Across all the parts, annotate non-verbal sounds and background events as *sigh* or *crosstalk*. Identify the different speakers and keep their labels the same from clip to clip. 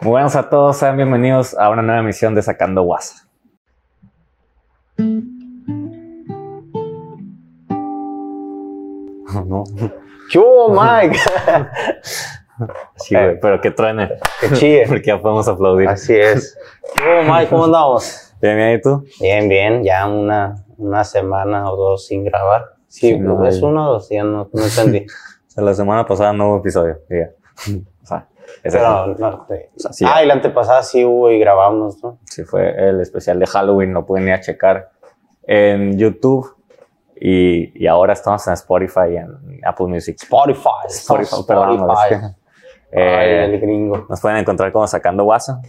Speaker 1: Muy buenas a todos, sean bienvenidos a una nueva emisión de Sacando WhatsApp. Ah, No, *laughs*
Speaker 2: ¡Chubo, Mike!
Speaker 1: sí, güey, Eh, Ah, pero que truene,
Speaker 2: ¡Qué chille!
Speaker 1: porque ya podemos aplaudir.
Speaker 2: Así es. ¡Chubo, Mike! ¿Cómo andamos?
Speaker 1: Bien, bien, ¿y tú?
Speaker 2: Bien, bien. Ya una, una semana o dos sin grabar. Sí,
Speaker 1: Sí, no,
Speaker 2: es
Speaker 1: ya.
Speaker 2: una o dos, ya no, no entendí.
Speaker 1: *laughs* O sea, la semana pasada no hubo episodio, diga. O sea, ese
Speaker 2: Pero, no, sí.
Speaker 1: O sea, sí,
Speaker 2: ah, y la antepasada sí hubo y grabamos, ¿no?
Speaker 1: sí fue el especial de Halloween, lo pueden ir a checar en YouTube y, y ahora estamos en Spotify y en Apple Music.
Speaker 2: Spotify.
Speaker 1: Spotify,
Speaker 2: Spotify.
Speaker 1: perdón, es que-
Speaker 2: Ay,
Speaker 1: Eh,
Speaker 2: el gringo.
Speaker 1: Nos pueden encontrar como Sacando WhatsApp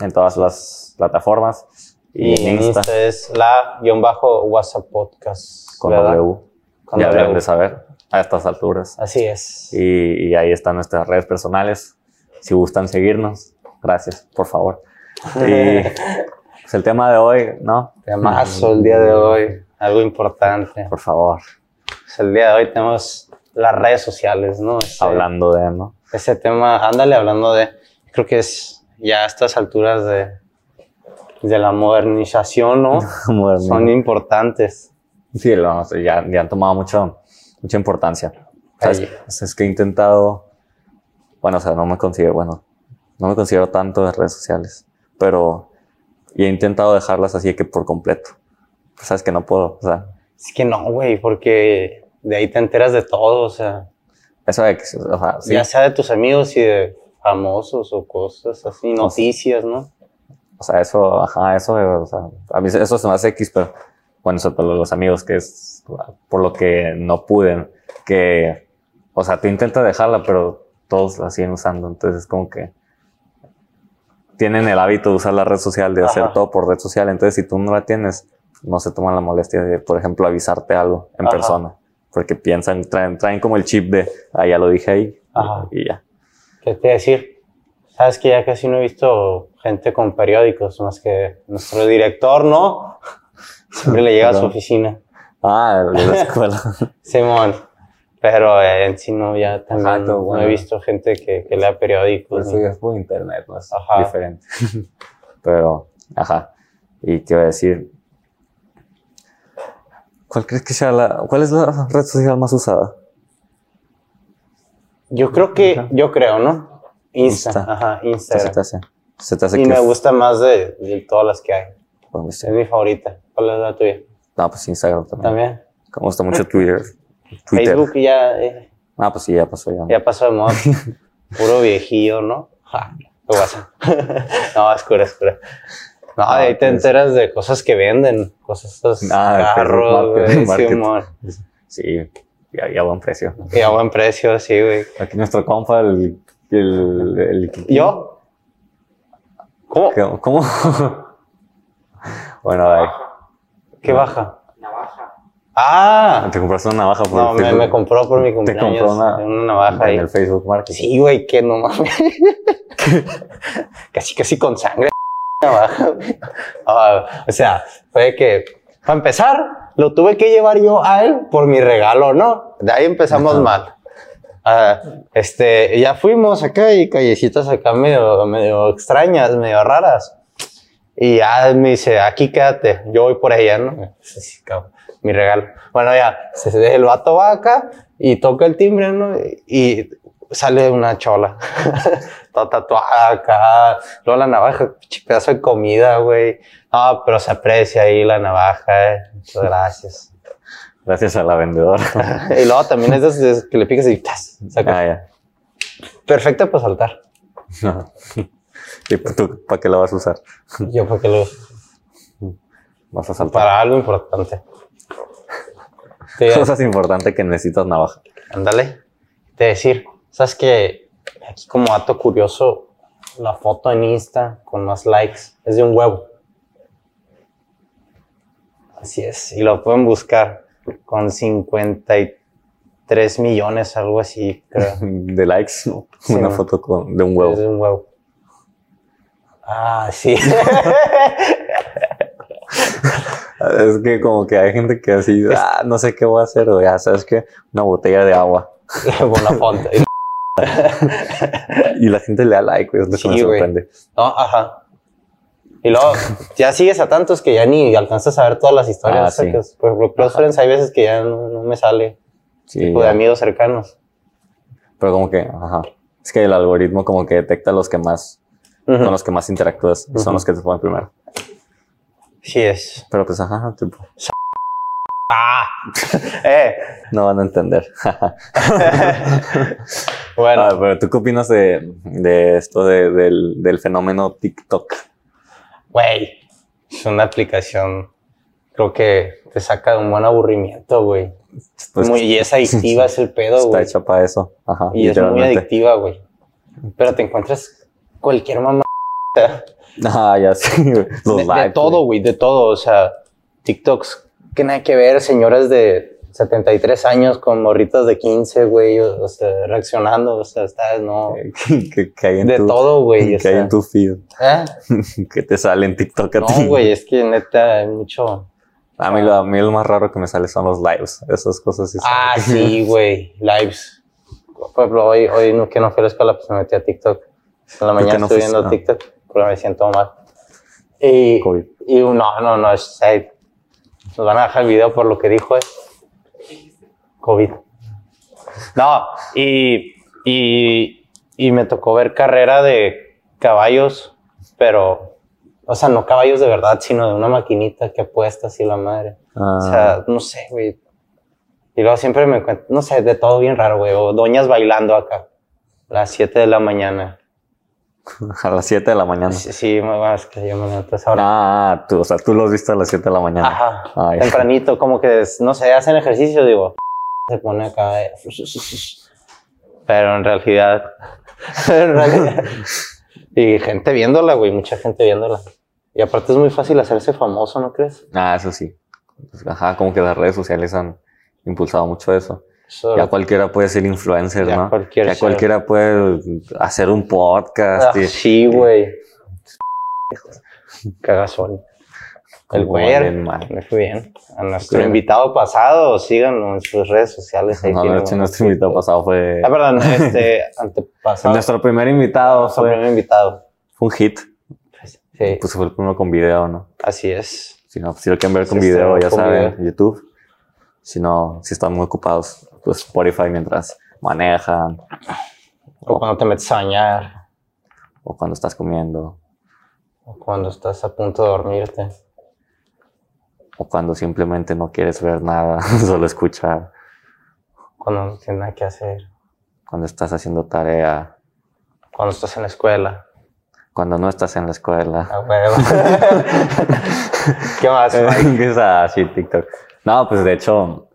Speaker 1: en todas las plataformas y, en Insta,
Speaker 2: es la guión bajo WhatsApp Podcast.
Speaker 1: con
Speaker 2: ¿verdad?
Speaker 1: W.
Speaker 2: Con
Speaker 1: ya deberían
Speaker 2: W.
Speaker 1: de saber a estas alturas.
Speaker 2: Así es.
Speaker 1: Y, y ahí están nuestras redes personales. Si gustan seguirnos, gracias, por favor.
Speaker 2: *laughs*
Speaker 1: Y pues el tema de hoy, ¿no? Mm,
Speaker 2: Temazo el día de hoy. Algo importante.
Speaker 1: Por favor,
Speaker 2: Pues el día de hoy tenemos las redes sociales, ¿no? Ese,
Speaker 1: hablando de, ¿no? *laughs*
Speaker 2: Ese tema, ándale hablando de, creo que es ya a estas alturas de, de la
Speaker 1: *laughs*
Speaker 2: modernización, ¿no?
Speaker 1: Modernismo.
Speaker 2: Son importantes.
Speaker 1: Sí, lo- ya, ya han tomado mucho, mucha importancia. O sea, es-
Speaker 2: Ahí.
Speaker 1: es, es que he intentado, bueno, o sea, no me considero, bueno, no me considero tanto de redes sociales, pero y he intentado dejarlas así de que por completo. Pues, sabes que no puedo, o sea,
Speaker 2: Es que no, güey, porque de ahí te enteras de todo, o sea,
Speaker 1: eso de que, o sea, sí,
Speaker 2: ya sea de tus amigos y de famosos o cosas así, noticias, ¿no?
Speaker 1: o sea, eso, ajá, eso, eh, o sea, a mí eso se me hace X, pero bueno, eso para los amigos que es por lo que no pude, que, o sea, tú intentas dejarla, pero todos la siguen usando, entonces es como que tienen el hábito de usar la red social, de hacer
Speaker 2: Ajá.
Speaker 1: todo por red social, entonces si tú no la tienes, no se toman la molestia de, por ejemplo, avisarte algo en
Speaker 2: Ajá.
Speaker 1: persona, porque piensan, traen, traen como el chip de, ah, ya lo dije ahí,
Speaker 2: Ajá.
Speaker 1: y ya.
Speaker 2: ¿Qué te iba a decir? Sabes que ya casi no he visto gente con periódicos, más que nuestro director, ¿no? *laughs* Siempre le llega a su
Speaker 1: Perdón.
Speaker 2: oficina.
Speaker 1: Ah, de la escuela.
Speaker 2: Simón. Pero eh, en sí no, ya también
Speaker 1: Ajá, tú,
Speaker 2: no he
Speaker 1: bueno.
Speaker 2: visto gente que, que lea
Speaker 1: Por
Speaker 2: periódicos.
Speaker 1: Pues eso
Speaker 2: ni-
Speaker 1: ya es por internet, no es
Speaker 2: Ajá.
Speaker 1: diferente. *laughs* Pero, ajá. ¿Y qué iba a decir? ¿Cuál crees que sea la. ¿Cuál es la red social más usada?
Speaker 2: Yo creo que,
Speaker 1: Ajá.
Speaker 2: yo creo, ¿no? Insta,
Speaker 1: Insta.
Speaker 2: ajá,
Speaker 1: ¿Se te
Speaker 2: Instagram.
Speaker 1: hace? ¿Se te hace
Speaker 2: Y
Speaker 1: que
Speaker 2: me
Speaker 1: es-
Speaker 2: gusta más de, de todas las que hay.
Speaker 1: pues, no sé.
Speaker 2: Es mi favorita. ¿Cuál es la tuya?
Speaker 1: No, pues Instagram también.
Speaker 2: También.
Speaker 1: Me gusta mucho Twitter. Twitter.
Speaker 2: Facebook ya, eh,
Speaker 1: Ah, pues sí, ya pasó ya.
Speaker 2: ya pasó de
Speaker 1: *laughs*
Speaker 2: moda. Puro viejillo, ¿no? Ja, ¿qué pasa? *laughs* no, es cura, es cura. No,
Speaker 1: Ah,
Speaker 2: ahí te
Speaker 1: pues.
Speaker 2: enteras de cosas que venden, cosas estos
Speaker 1: Ah, de Facebook
Speaker 2: carros,
Speaker 1: Market-
Speaker 2: güey,
Speaker 1: Market.
Speaker 2: Simón.
Speaker 1: Sí, ya, ya buen precio.
Speaker 2: Y a buen precio, sí, güey.
Speaker 1: Aquí nuestro compa, el. el, el-
Speaker 2: ¿Yo? ¿Cómo? ¿Qué,
Speaker 1: ¿Cómo? *laughs* ¿Cómo? bueno, ahí.
Speaker 2: baja? Navaja. Ah,
Speaker 1: Te compraste una navaja por
Speaker 2: no, me,
Speaker 1: Facebook.
Speaker 2: me compró por mi cumpleaños.
Speaker 1: compró una-
Speaker 2: navaja ahí.
Speaker 1: En el Facebook Market.
Speaker 2: Sí, güey, que no mames. casi, casi con sangre. *laughs* navaja, güey. Ah, o sea, fue que, para empezar, lo tuve que llevar yo a él por mi regalo, ¿no? De ahí empezamos
Speaker 1: Ajá.
Speaker 2: mal. Ah, este, ya fuimos acá y callecitas acá medio, medio extrañas, medio raras. Y ya me dice, aquí quédate, yo voy por ella, ¿no? Sí, cabrón, mi regalo. Bueno, ya, se- se- el vato va acá y toca el timbre, ¿no? Y sale una chola, *laughs* toda tatuada acá, luego la navaja, pinche pedazo de comida, güey. Ah, pero se aprecia ahí la navaja, eh. Muchas gracias.
Speaker 1: Gracias a la vendedora.
Speaker 2: *laughs* y luego también es de esas- de esas que le picas y ¡tas! saca.
Speaker 1: *laughs* Ah,
Speaker 2: Perfecta para saltar.
Speaker 1: ya. ¿Y pues, tú para qué la vas a usar?
Speaker 2: Yo porque lo...
Speaker 1: Vas a saltar.
Speaker 2: Para algo importante. Sí, *laughs*
Speaker 1: Cosas importantes que necesitas navaja.
Speaker 2: Ándale. Te decir, sabes que aquí como dato curioso, la foto en Insta con más likes es de un huevo. Así es, y lo pueden buscar con 53 millones, algo así, creo.
Speaker 1: De likes, ¿no?
Speaker 2: Sí,
Speaker 1: una
Speaker 2: man.
Speaker 1: foto con, de *laughs* un
Speaker 2: Es
Speaker 1: huevo.
Speaker 2: de un huevo. Ah, sí. *laughs*
Speaker 1: Es que como que hay gente que así, ah, no sé qué voy a hacer, o ya sabes que una botella de agua.
Speaker 2: Con la foto.
Speaker 1: y la gente le da like, güey, es lo que
Speaker 2: Sí,
Speaker 1: me
Speaker 2: güey.
Speaker 1: sorprende.
Speaker 2: No, ajá. Y luego, ya sigues a tantos que ya ni alcanzas a ver todas las historias.
Speaker 1: Ah,
Speaker 2: o sea,
Speaker 1: sí.
Speaker 2: que, por ejemplo, Close Friends hay veces que ya no, no me sale.
Speaker 1: Sí,
Speaker 2: tipo de
Speaker 1: ya.
Speaker 2: amigos cercanos.
Speaker 1: pero como que, ajá. Es que el algoritmo como que detecta los que más,
Speaker 2: Ujú.
Speaker 1: con los que más interactúas, y
Speaker 2: Ujú.
Speaker 1: son los que te ponen primero.
Speaker 2: Sí es. Ah.
Speaker 1: Pero pues, ajá, tipo,
Speaker 2: *laughs* Eh,
Speaker 1: no van a entender. *laughs*
Speaker 2: bueno.
Speaker 1: Ah, pero tú qué opinas de, de esto de- del, del fenómeno TikTok?
Speaker 2: Güey, es una aplicación. Creo que te saca de un buen aburrimiento, güey.
Speaker 1: Pues, *laughs*
Speaker 2: Muy- y es adictiva, es el pedo,
Speaker 1: está
Speaker 2: güey.
Speaker 1: hecha para eso. Ajá,
Speaker 2: Y es muy
Speaker 1: literalmente.
Speaker 2: adictiva, güey. Pero te encuentras cualquier mamá. *laughs*
Speaker 1: Ah, ya sí. güey. Los
Speaker 2: De, de
Speaker 1: likes,
Speaker 2: todo,
Speaker 1: güey.
Speaker 2: güey, de todo. O sea, TikToks que nada que ver, señoras de 73 años con morritas de 15, güey, o, o sea, reaccionando, o sea, está, no.
Speaker 1: Que, que- que hay en
Speaker 2: De
Speaker 1: tu,
Speaker 2: todo, güey. o
Speaker 1: Eh, *laughs* Que hay
Speaker 2: sea.
Speaker 1: en tu feed.
Speaker 2: ¿Eh?
Speaker 1: que te sale en TikTok a ti.
Speaker 2: No, güey, es que neta, hay mucho.
Speaker 1: A mí, lo, a mí lo más raro que me sale son los lives. Esas cosas sí son-
Speaker 2: Ah, sí, güey. Lives. Por ejemplo, hoy, hoy no, que no fui a la escuela, pues me metí a TikTok. En la mañana
Speaker 1: no
Speaker 2: estoy
Speaker 1: fuiste?
Speaker 2: viendo
Speaker 1: Ah.
Speaker 2: TikTok, pero me siento mal. Y,
Speaker 1: COVID.
Speaker 2: y no, no, no, es, ay, nos van a dejar el video por lo que dijo, eh. COVID. No, y, y, y me tocó ver carrera de caballos, pero, o sea, no caballos de verdad, sino de una maquinita que apuestas y la madre.
Speaker 1: *laughs* Ah,
Speaker 2: O sea, no sé, güey. Y luego siempre me encuentro, no sé, de todo bien raro, güey. O doñas bailando acá. Las 7 de la mañana.
Speaker 1: a las 7 de la mañana.
Speaker 2: Sí, sí, bueno, es que yo me levanto a esa hora.
Speaker 1: Ah, tú, o sea, tú los viste a las 7 de la mañana.
Speaker 2: Ajá.
Speaker 1: Ah, Ay.
Speaker 2: Tempranito, como que, es- no sé, hacen ejercicio, digo. Se pone acá. eh. Pero en realidad. *laughs* en realidad- y gente viéndola, güey. Mucha gente viéndola. Y aparte es muy fácil hacerse famoso, ¿no crees?
Speaker 1: Ah, eso sí. Pues, Ajá, como que las redes sociales han impulsado mucho eso.
Speaker 2: Eso-
Speaker 1: Ya cualquiera puede ser influencer,
Speaker 2: Ya
Speaker 1: ¿no?
Speaker 2: cualquier
Speaker 1: ya
Speaker 2: ser.
Speaker 1: cualquiera puede hacer un
Speaker 2: Ah,
Speaker 1: podcast. y-
Speaker 2: sí, güey.
Speaker 1: *laughs*
Speaker 2: Cagazón. Ah, El
Speaker 1: Como
Speaker 2: güey.
Speaker 1: bien mal.
Speaker 2: Me fui bien. A nuestro
Speaker 1: Bien.
Speaker 2: invitado pasado, síganlo en sus redes sociales. ahí
Speaker 1: No, de
Speaker 2: tienen-
Speaker 1: hecho, nuestro invitado pasado fue.
Speaker 2: *laughs* Ah, perdón, este
Speaker 1: *laughs*
Speaker 2: antepasado.
Speaker 1: Nuestro primer invitado
Speaker 2: nuestro
Speaker 1: fue,
Speaker 2: primer invitado.
Speaker 1: fue un hit.
Speaker 2: Sí,
Speaker 1: Pues fue el primero con video, ¿no?
Speaker 2: así es.
Speaker 1: Si no, si lo quieren ver con
Speaker 2: Sí,
Speaker 1: video,
Speaker 2: sí,
Speaker 1: ya
Speaker 2: con
Speaker 1: saben,
Speaker 2: video.
Speaker 1: YouTube. Si no, si están muy ocupados, pues Spotify mientras manejan oh.
Speaker 2: O cuando te metes a bañar,
Speaker 1: o cuando estás comiendo
Speaker 2: o cuando estás a punto de dormirte.
Speaker 1: o cuando simplemente no quieres ver nada, *laughs* solo escuchar,
Speaker 2: Cuando no tienes nada que hacer.
Speaker 1: cuando estás haciendo tarea,
Speaker 2: Cuando estás en la escuela.
Speaker 1: cuando no estás en la escuela.
Speaker 2: A
Speaker 1: *laughs*
Speaker 2: huevo. *laughs* ¿Qué más?
Speaker 1: Eh, Empieza así TikTok. No, pues de hecho,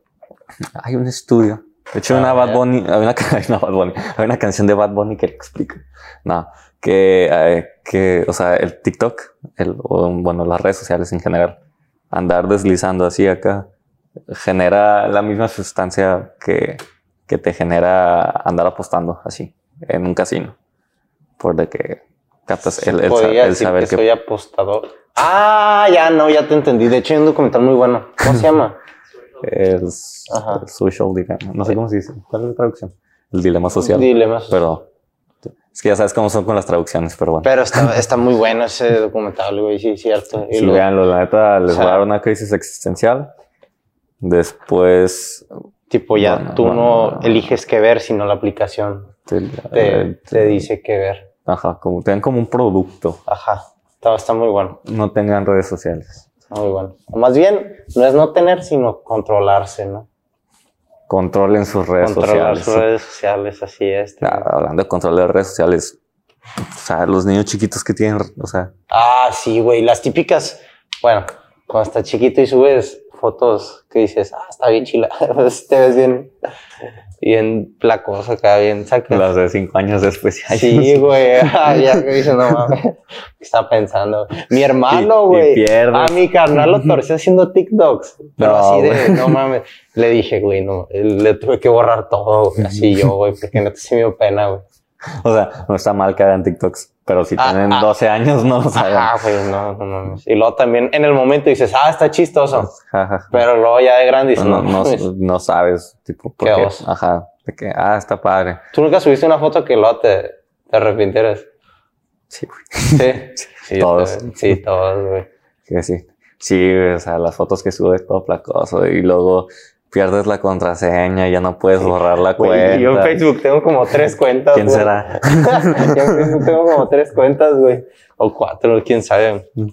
Speaker 1: hay un estudio. De hecho, hay una
Speaker 2: Ah,
Speaker 1: Bad
Speaker 2: ya.
Speaker 1: Bunny, hay una, ca- *laughs* hay una Bad Bunny, hay una canción de Bad Bunny que lo explica. No, que, eh, que, o sea, el TikTok, el, o, bueno, las redes sociales en general, andar deslizando así acá, genera la misma sustancia que, que te genera andar apostando así en un casino. Por de que captas el, el sa-
Speaker 2: Podría
Speaker 1: el
Speaker 2: decir
Speaker 1: saber
Speaker 2: que
Speaker 1: que,
Speaker 2: soy apostador. Ah, ya no, ya te entendí. De hecho, hay un documental muy bueno. ¿Cómo se llama?
Speaker 1: el,
Speaker 2: Ajá.
Speaker 1: el social dilemma. No sé cómo se dice. ¿Cuál es la traducción? El dilema social.
Speaker 2: Dilema social.
Speaker 1: Perdón. Es que ya sabes cómo son con las traducciones, pero bueno.
Speaker 2: *laughs* Pero está, está muy bueno ese documental, güey, sí, es cierto. Y
Speaker 1: si
Speaker 2: luego-
Speaker 1: veanlo, la neta les
Speaker 2: o sea-
Speaker 1: va a dar una crisis existencial. Después
Speaker 2: tipo, ya
Speaker 1: Bueno,
Speaker 2: tú no
Speaker 1: bueno.
Speaker 2: eliges qué ver, sino la aplicación
Speaker 1: te,
Speaker 2: te,
Speaker 1: eh,
Speaker 2: te dice qué ver.
Speaker 1: Ajá, como, tengan como un producto.
Speaker 2: Ajá, está, está muy bueno,
Speaker 1: No tengan redes sociales.
Speaker 2: está muy bueno. O más bien, no es no tener, sino controlarse, ¿no?
Speaker 1: Controlen sus redes
Speaker 2: Controlar
Speaker 1: sociales.
Speaker 2: sus redes sociales, así es.
Speaker 1: Ya, hablando de control de redes sociales, o sea, los niños chiquitos que tienen, o sea,
Speaker 2: Ah, sí, güey, las típicas. Bueno, cuando estás chiquito y subes fotos que dices, ah, está bien chila, *laughs* pues te ves bien, bien placoso acá, bien saca.
Speaker 1: las de cinco años después. *laughs* ya
Speaker 2: Sí, güey. Ah, ya que dice, no mames. ¿Qué está pensando? Mi hermano,
Speaker 1: Y- y
Speaker 2: güey.
Speaker 1: pierdes.
Speaker 2: A mi carnal lo torció haciendo TikToks. Pero
Speaker 1: No,
Speaker 2: así de,
Speaker 1: güey.
Speaker 2: no mames. Le dije, güey, no. Le tuve que borrar todo, güey. Así yo, güey, porque no te se me dio pena, güey.
Speaker 1: *laughs* O sea, no está mal que hagan TikToks, pero si
Speaker 2: Ah,
Speaker 1: tienen
Speaker 2: ah.
Speaker 1: 12 años no los hagan.
Speaker 2: Ah, güey, no, no mames. Y luego también en el momento dices, ah, está chistoso.
Speaker 1: Ja, ja, ja.
Speaker 2: Pero luego ya de grande dices, *laughs*
Speaker 1: no,
Speaker 2: no,
Speaker 1: no,
Speaker 2: mames.
Speaker 1: no sabes, tipo,
Speaker 2: Pues, Qué
Speaker 1: porque,
Speaker 2: oso.
Speaker 1: ajá, De que, ah, está padre.
Speaker 2: Tú nunca subiste una foto que lo te, te arrepintieras.
Speaker 1: Sí, güey. *laughs*
Speaker 2: Sí. sí yo
Speaker 1: Todos.
Speaker 2: también. Sí, todos,
Speaker 1: *laughs*
Speaker 2: güey.
Speaker 1: Que sí. Sí, güey, o sea, las fotos que subes todo placoso y luego pierdes la contraseña y ya no puedes borrar la cuenta.
Speaker 2: Güey, Yo en Facebook tengo como tres cuentas.
Speaker 1: ¿Quién
Speaker 2: güey.
Speaker 1: será?
Speaker 2: *laughs* yo en Facebook tengo como tres cuentas, güey. O cuatro, quién sabe.
Speaker 1: Mm.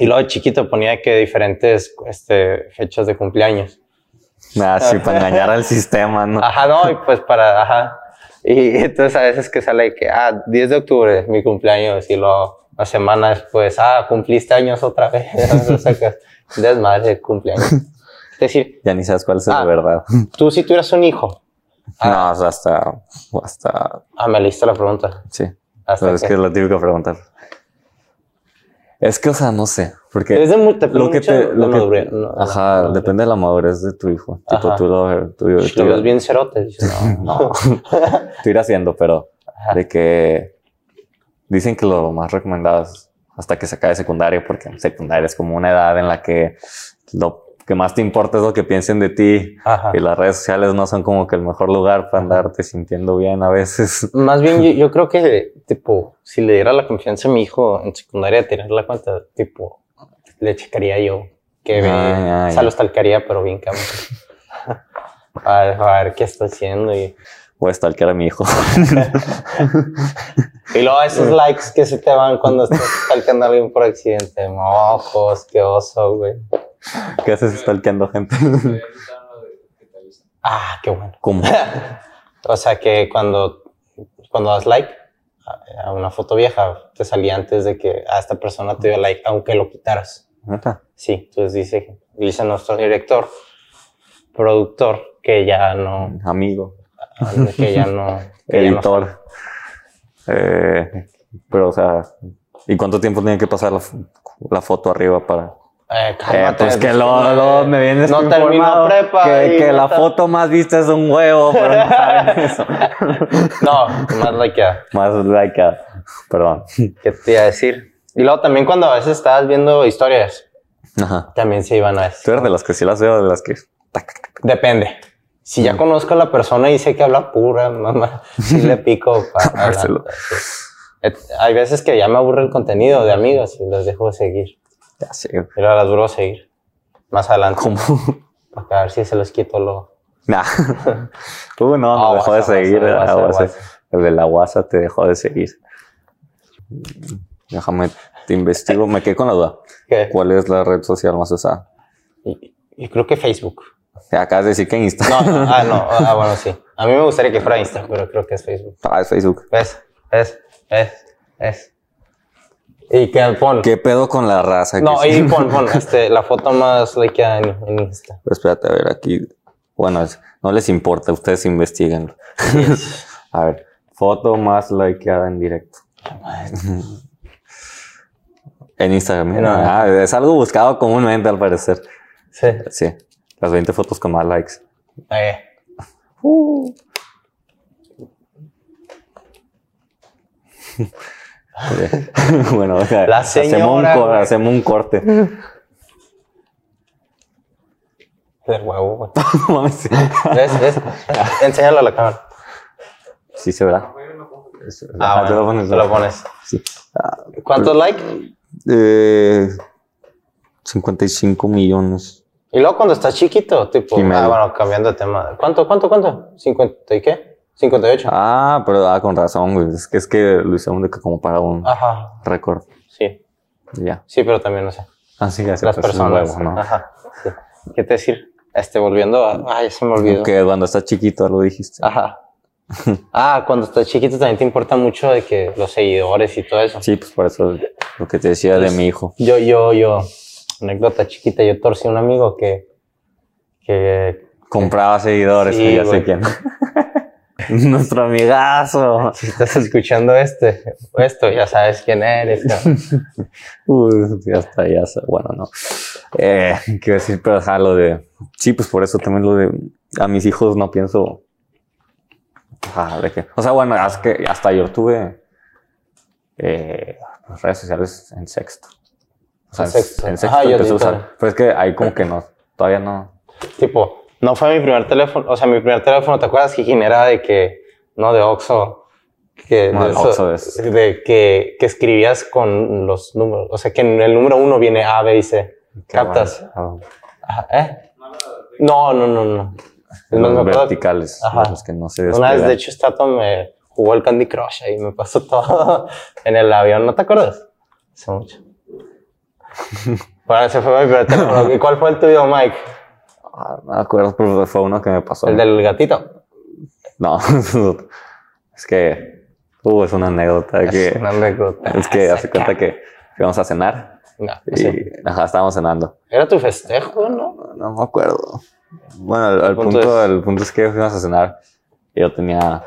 Speaker 2: Y luego de chiquito ponía que diferentes este, fechas de cumpleaños.
Speaker 1: Nada, Ah, sí, para engañar al sistema, ¿no?
Speaker 2: Ajá, no, y pues para, ajá. Y entonces a veces que sale que, ah, 10 de octubre, mi cumpleaños, y luego una semana después, ah, cumpliste años otra vez. *laughs* O sea, que Desmadre de cumpleaños. Es decir,
Speaker 1: Ya ni sabes cuál es
Speaker 2: Ah.
Speaker 1: la verdad. *laughs*
Speaker 2: tú si tuvieras un hijo,
Speaker 1: No, o sea, hasta, hasta,
Speaker 2: ah, me leíste la pregunta.
Speaker 1: sí.
Speaker 2: Hasta
Speaker 1: Pero es
Speaker 2: que-
Speaker 1: que es la típica pregunta. Es que, o sea, no sé, porque
Speaker 2: Es de mu- depende
Speaker 1: lo que
Speaker 2: mucho
Speaker 1: te,
Speaker 2: de
Speaker 1: lo
Speaker 2: la
Speaker 1: que-
Speaker 2: madurez, ¿no?
Speaker 1: ajá, depende de la madurez de tu hijo. Tipo,
Speaker 2: Ajá.
Speaker 1: tú lo, tú,
Speaker 2: Si
Speaker 1: tú-
Speaker 2: Lo ves bien cerote. dices,
Speaker 1: *laughs*
Speaker 2: no.
Speaker 1: No. tú ir haciendo, pero de que dicen que lo más recomendado es hasta que se acabe secundaria, porque en secundaria es como una edad en la que lo que más te importa es lo que piensen de ti
Speaker 2: Ajá.
Speaker 1: y las redes sociales no son como que el mejor lugar para andarte sintiendo bien a veces. *laughs*
Speaker 2: Más bien, yo, yo creo que, tipo, si le diera la confianza a mi hijo en secundaria de tener la cuenta, tipo, le checaría yo. Que ve,
Speaker 1: Ah, ya,
Speaker 2: o sea,
Speaker 1: ya.
Speaker 2: lo stalkearía, pero bien cabrón. *laughs* a, ver, a ver qué está haciendo. Y,
Speaker 1: O stalkear a mi hijo. *laughs*
Speaker 2: y luego esos likes que se te van cuando estás stalkeando a alguien por accidente. Mojos, qué oso, güey.
Speaker 1: ¿Qué haces stalkeando
Speaker 2: *laughs*
Speaker 1: gente?
Speaker 2: Ah, qué bueno.
Speaker 1: ¿Cómo?
Speaker 2: O sea, que cuando, cuando das like a- a una foto vieja, te salía antes de que a esta persona te dio like, aunque lo quitaras.
Speaker 1: ¿Neta?
Speaker 2: Sí, entonces dice, dice nuestro director, productor, que ya
Speaker 1: *laughs*
Speaker 2: no,
Speaker 1: Amigo,
Speaker 2: que ya no, que ya no-
Speaker 1: editor. Eh, pero, o sea, ¿y cuánto tiempo tiene que pasar la, f- la foto arriba para
Speaker 2: Eh,
Speaker 1: Eh,
Speaker 2: cálmate, eh,
Speaker 1: pues que lo, lo- me vienes
Speaker 2: no
Speaker 1: tú
Speaker 2: terminó
Speaker 1: informado
Speaker 2: prepa
Speaker 1: que,
Speaker 2: y
Speaker 1: que
Speaker 2: no
Speaker 1: la
Speaker 2: ta-
Speaker 1: foto más vista es un huevo, pero no
Speaker 2: *laughs*
Speaker 1: saben eso.
Speaker 2: No, más like ya,
Speaker 1: Más like a- Perdón.
Speaker 2: ¿qué te iba a decir? Y luego también cuando a veces estabas viendo historias,
Speaker 1: Ajá.
Speaker 2: también se iban
Speaker 1: Tú
Speaker 2: a decir.
Speaker 1: eres de las que sí las veo, de las que...
Speaker 2: Depende. Si
Speaker 1: Mm.
Speaker 2: ya conozco a la persona y sé que habla pura, mamá,
Speaker 1: *laughs*
Speaker 2: sí le pico
Speaker 1: Ah,
Speaker 2: para
Speaker 1: Dárselo.
Speaker 2: Hay veces que ya me aburre el contenido de amigos y los dejo seguir.
Speaker 1: Ya sé.
Speaker 2: Y luego las vuelvo a seguir. Más adelante.
Speaker 1: ¿Cómo?
Speaker 2: Para ver si se los quito luego.
Speaker 1: Nah. *laughs* Tú no, me
Speaker 2: Ah,
Speaker 1: dejó de
Speaker 2: guasa,
Speaker 1: seguir.
Speaker 2: guasa,
Speaker 1: ah,
Speaker 2: guasa,
Speaker 1: guasa. El de la guasa te dejó de seguir. Déjame, te investigo. Me quedé con la duda.
Speaker 2: ¿Qué?
Speaker 1: ¿Cuál es la red social más usada?
Speaker 2: Y- Yo creo que Facebook.
Speaker 1: Acabas de decir que
Speaker 2: No,
Speaker 1: Instagram.
Speaker 2: ah, no, ah, bueno, sí. A mí me gustaría que fuera Insta, pero creo que es Facebook.
Speaker 1: *laughs* Ah, es Facebook.
Speaker 2: ¿Ves? ¿Ves? ¿Ves? ¿Ves? Y que pon.
Speaker 1: ¿Qué pedo con la raza? que
Speaker 2: No,
Speaker 1: sí?
Speaker 2: y pon, pon, este, la foto más likeada en, en Insta.
Speaker 1: Pero *laughs* espérate, a ver, aquí. Bueno, es- no les importa, ustedes investiguen. *laughs* a ver, foto más likeada en
Speaker 2: *laughs*
Speaker 1: directo. en Instagram. mira,
Speaker 2: No.
Speaker 1: ah, es algo buscado comúnmente, al parecer.
Speaker 2: Sí.
Speaker 1: Sí, las 20 fotos con más likes. Uh.
Speaker 2: Eh,
Speaker 1: *laughs* bueno, o sea,
Speaker 2: La
Speaker 1: hacemos, un
Speaker 2: señora,
Speaker 1: cor-
Speaker 2: güey.
Speaker 1: hacemos un corte. *laughs*
Speaker 2: del huevo, güey.
Speaker 1: No mames.
Speaker 2: ¿Ves? ¿Ves? Enséñalo a la cámara.
Speaker 1: sí, se verá. Eso-
Speaker 2: Ah,
Speaker 1: ah, te
Speaker 2: bueno, te lo pones.
Speaker 1: Sí. Ah,
Speaker 2: ¿Cuántos likes?
Speaker 1: eh, 55 millones.
Speaker 2: Y luego cuando estás chiquito, tipo,
Speaker 1: Y medio.
Speaker 2: ah, bueno, cambiando de tema. ¿Cuánto, cuánto, cuánto? ¿50 y qué? ¿58?
Speaker 1: Ah, pero ah, con razón, güey. Es que, es que lo hicieron de que como para un
Speaker 2: Ajá,
Speaker 1: récord.
Speaker 2: sí.
Speaker 1: y Ya.
Speaker 2: Sí, pero también, no sé.
Speaker 1: Así que hace
Speaker 2: las
Speaker 1: pues, es un
Speaker 2: personas. Ah,
Speaker 1: huevo, ¿no?
Speaker 2: Ajá. sí. ¿Qué te decir? Este, volviendo a... Ay, se me olvidó.
Speaker 1: Que cuando estás chiquito lo dijiste.
Speaker 2: Ajá. ah, cuando estás chiquito también te importa mucho de que los seguidores y todo eso.
Speaker 1: Sí, pues por eso lo que te decía de mi hijo.
Speaker 2: Yo, yo, yo, anécdota chiquita, yo torcí a un amigo que, que,
Speaker 1: Compraba seguidores,
Speaker 2: Sí,
Speaker 1: que ya sé
Speaker 2: güey.
Speaker 1: quién. Nuestro amigazo.
Speaker 2: si estás escuchando este, esto, ya sabes quién eres. cabrón.
Speaker 1: *laughs* Uy, ya está, ya está. Bueno, no. Eh, quiero decir, pero ajá, lo de. Sí, pues por eso también lo de. A mis hijos no pienso. Ajá, de que. O sea, bueno, es que hasta yo tuve. eh, pues, redes sociales en sexto. O sea,
Speaker 2: En
Speaker 1: en
Speaker 2: sexto.
Speaker 1: sexto.
Speaker 2: Ajá, yo
Speaker 1: empecé a
Speaker 2: sí,
Speaker 1: usar. Pues,
Speaker 2: también.
Speaker 1: Pero es que ahí como que no. Todavía no.
Speaker 2: tipo, No fue mi primer teléfono, o sea, mi primer teléfono, ¿te acuerdas, Jijín? Era de que, no, de Oxxo. Que,
Speaker 1: No,
Speaker 2: de
Speaker 1: de
Speaker 2: eso-
Speaker 1: Oxxo es.
Speaker 2: de que, que escribías con los números. O sea, que en el número uno viene A, B y C.
Speaker 1: Qué bueno.
Speaker 2: ¿Captas?
Speaker 1: Ah,
Speaker 2: Ajá, ¿Eh? No, no, no, no. Es más, me
Speaker 1: los
Speaker 2: acuerdo-
Speaker 1: verticales,
Speaker 2: Ajá.
Speaker 1: los que no se
Speaker 2: Una vez,
Speaker 1: despliegan.
Speaker 2: de hecho, Stato me jugó el Candy Crush ahí, me pasó todo *laughs* en el avión, ¿no te acuerdas? Hace
Speaker 1: *laughs*
Speaker 2: mucho. bueno, ese fue mi primer teléfono. ¿Y cuál fue el tuyo, Mike?
Speaker 1: Ah, no me acuerdo, pero fue uno que me pasó.
Speaker 2: El del gatito.
Speaker 1: No, *laughs* es que uh, es una anécdota que
Speaker 2: Es una anécdota.
Speaker 1: es que hace cuenta que fuimamos a cenar
Speaker 2: No,
Speaker 1: y
Speaker 2: sí.
Speaker 1: ajá, estábamos cenando.
Speaker 2: Era tu festejo, ¿no?
Speaker 1: No me acuerdo. Bueno, el, el
Speaker 2: punto
Speaker 1: punto,
Speaker 2: es-
Speaker 1: el punto es que fuimos a cenar. y Yo tenía